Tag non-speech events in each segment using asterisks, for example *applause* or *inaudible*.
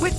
With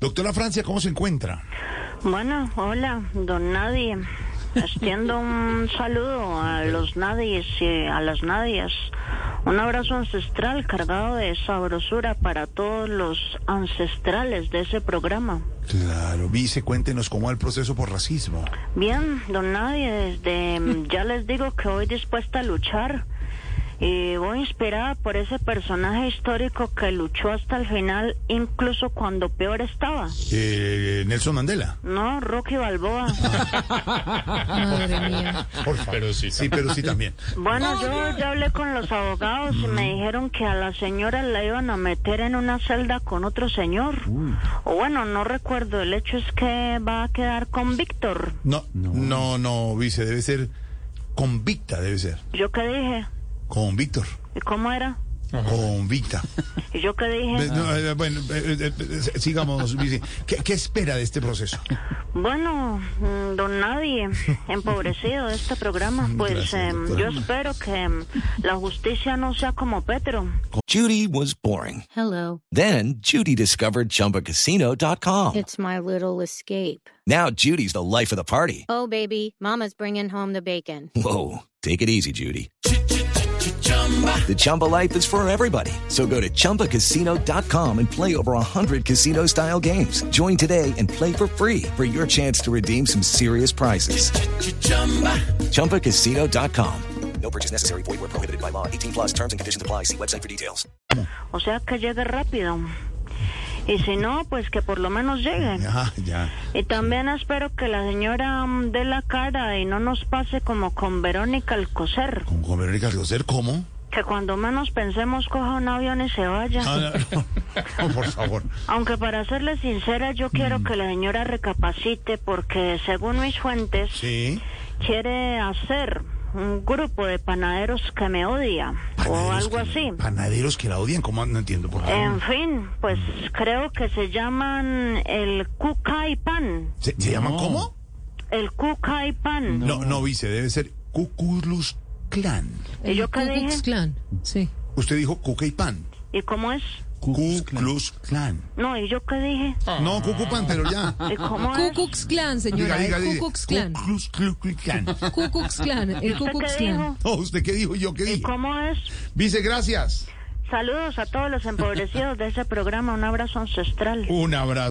Doctora Francia, ¿cómo se encuentra? Bueno, hola, don Nadie. Extiendo un saludo a los nadies y a las nadias. Un abrazo ancestral cargado de sabrosura para todos los ancestrales de ese programa. Claro, vice, cuéntenos cómo va el proceso por racismo. Bien, don Nadie, desde mm, ya les digo que hoy dispuesta a luchar. Y voy inspirada por ese personaje histórico que luchó hasta el final, incluso cuando peor estaba. Eh, Nelson Mandela. No, Rocky Balboa. Madre mía. Por favor. Pero sí. Sí, pero sí también. Bueno, yo ya hablé con los abogados y me dijeron que a la señora la iban a meter en una celda con otro señor. O bueno, no recuerdo. El hecho es que va a quedar con Víctor. No, no, no, vice, debe ser convicta, debe ser. ¿Yo qué dije? Con Víctor. ¿Y cómo era? Convicta. ¿Y yo qué dije? Eh, no, eh, bueno, eh, eh, eh, sigamos, vice. ¿Qué, qué espera de este proceso? Bueno, mm, don *laughs* Nadie, empobrecido de este programa, pues Gracias, em, doctora. yo espero que em, la justicia no sea como Petro. Judy was boring. Hello, Then Judy discovered ChumbaCasino.com. it's my little escape. Now Judy's the life of the party. Oh, baby, Mama's bringing home the bacon. Whoa, take it easy, Judy. The Chumba life is for everybody. So go to ChumbaCasino.com and play over 100 casino-style games. Join today and play for free for your chance to redeem some serious prizes. ChumbaCasino.com. No purchase necessary. Void where prohibited by law. 18 plus terms and conditions apply. See website for details. O sea, que llegue rápido. Y si no, pues que por lo menos llegue. Ya, Ah, ya. Y también espero que la señora mm, dé la cara y no nos pase como con Verónica Alcocer, Con, con Verónica Alcocer, ¿cómo? que cuando menos pensemos coja un avión y se vaya. No, no, Ah, no. *laughs* No, por favor. Aunque para serle sincera, yo Mm. quiero que la señora recapacite porque según mis fuentes Sí. quiere hacer un grupo de panaderos que me odia o Panaderos algo que- así. Panaderos que la odian, ¿cómo? No entiendo, por favor. En fin, pues creo que se llaman el Kukai Pan. ¿Se, se llaman cómo? El Kukai Pan. No, no, vice, debe ser Cuculus Clan. ¿Y yo qué dije? sí. Usted dijo cuca y pan. ¿Y cómo es? Cuculus Clan. No, ¿y yo qué dije? No, cucupan, pero ya. ¿Y Eh, cómo es? Cucux Clan, Ah. *laughs* señora. Diga, diga, el diga. Cucux Clan. Cuculus Clu- Clu- Clan. *laughs* Cucux Clan. El ¿Usted Cucux qué Clan. dijo? No, ¿usted qué dijo? ¿Yo qué dije? ¿Cómo es? Vice, gracias. Saludos a todos los empobrecidos de ese programa. Un abrazo ancestral. Un abrazo.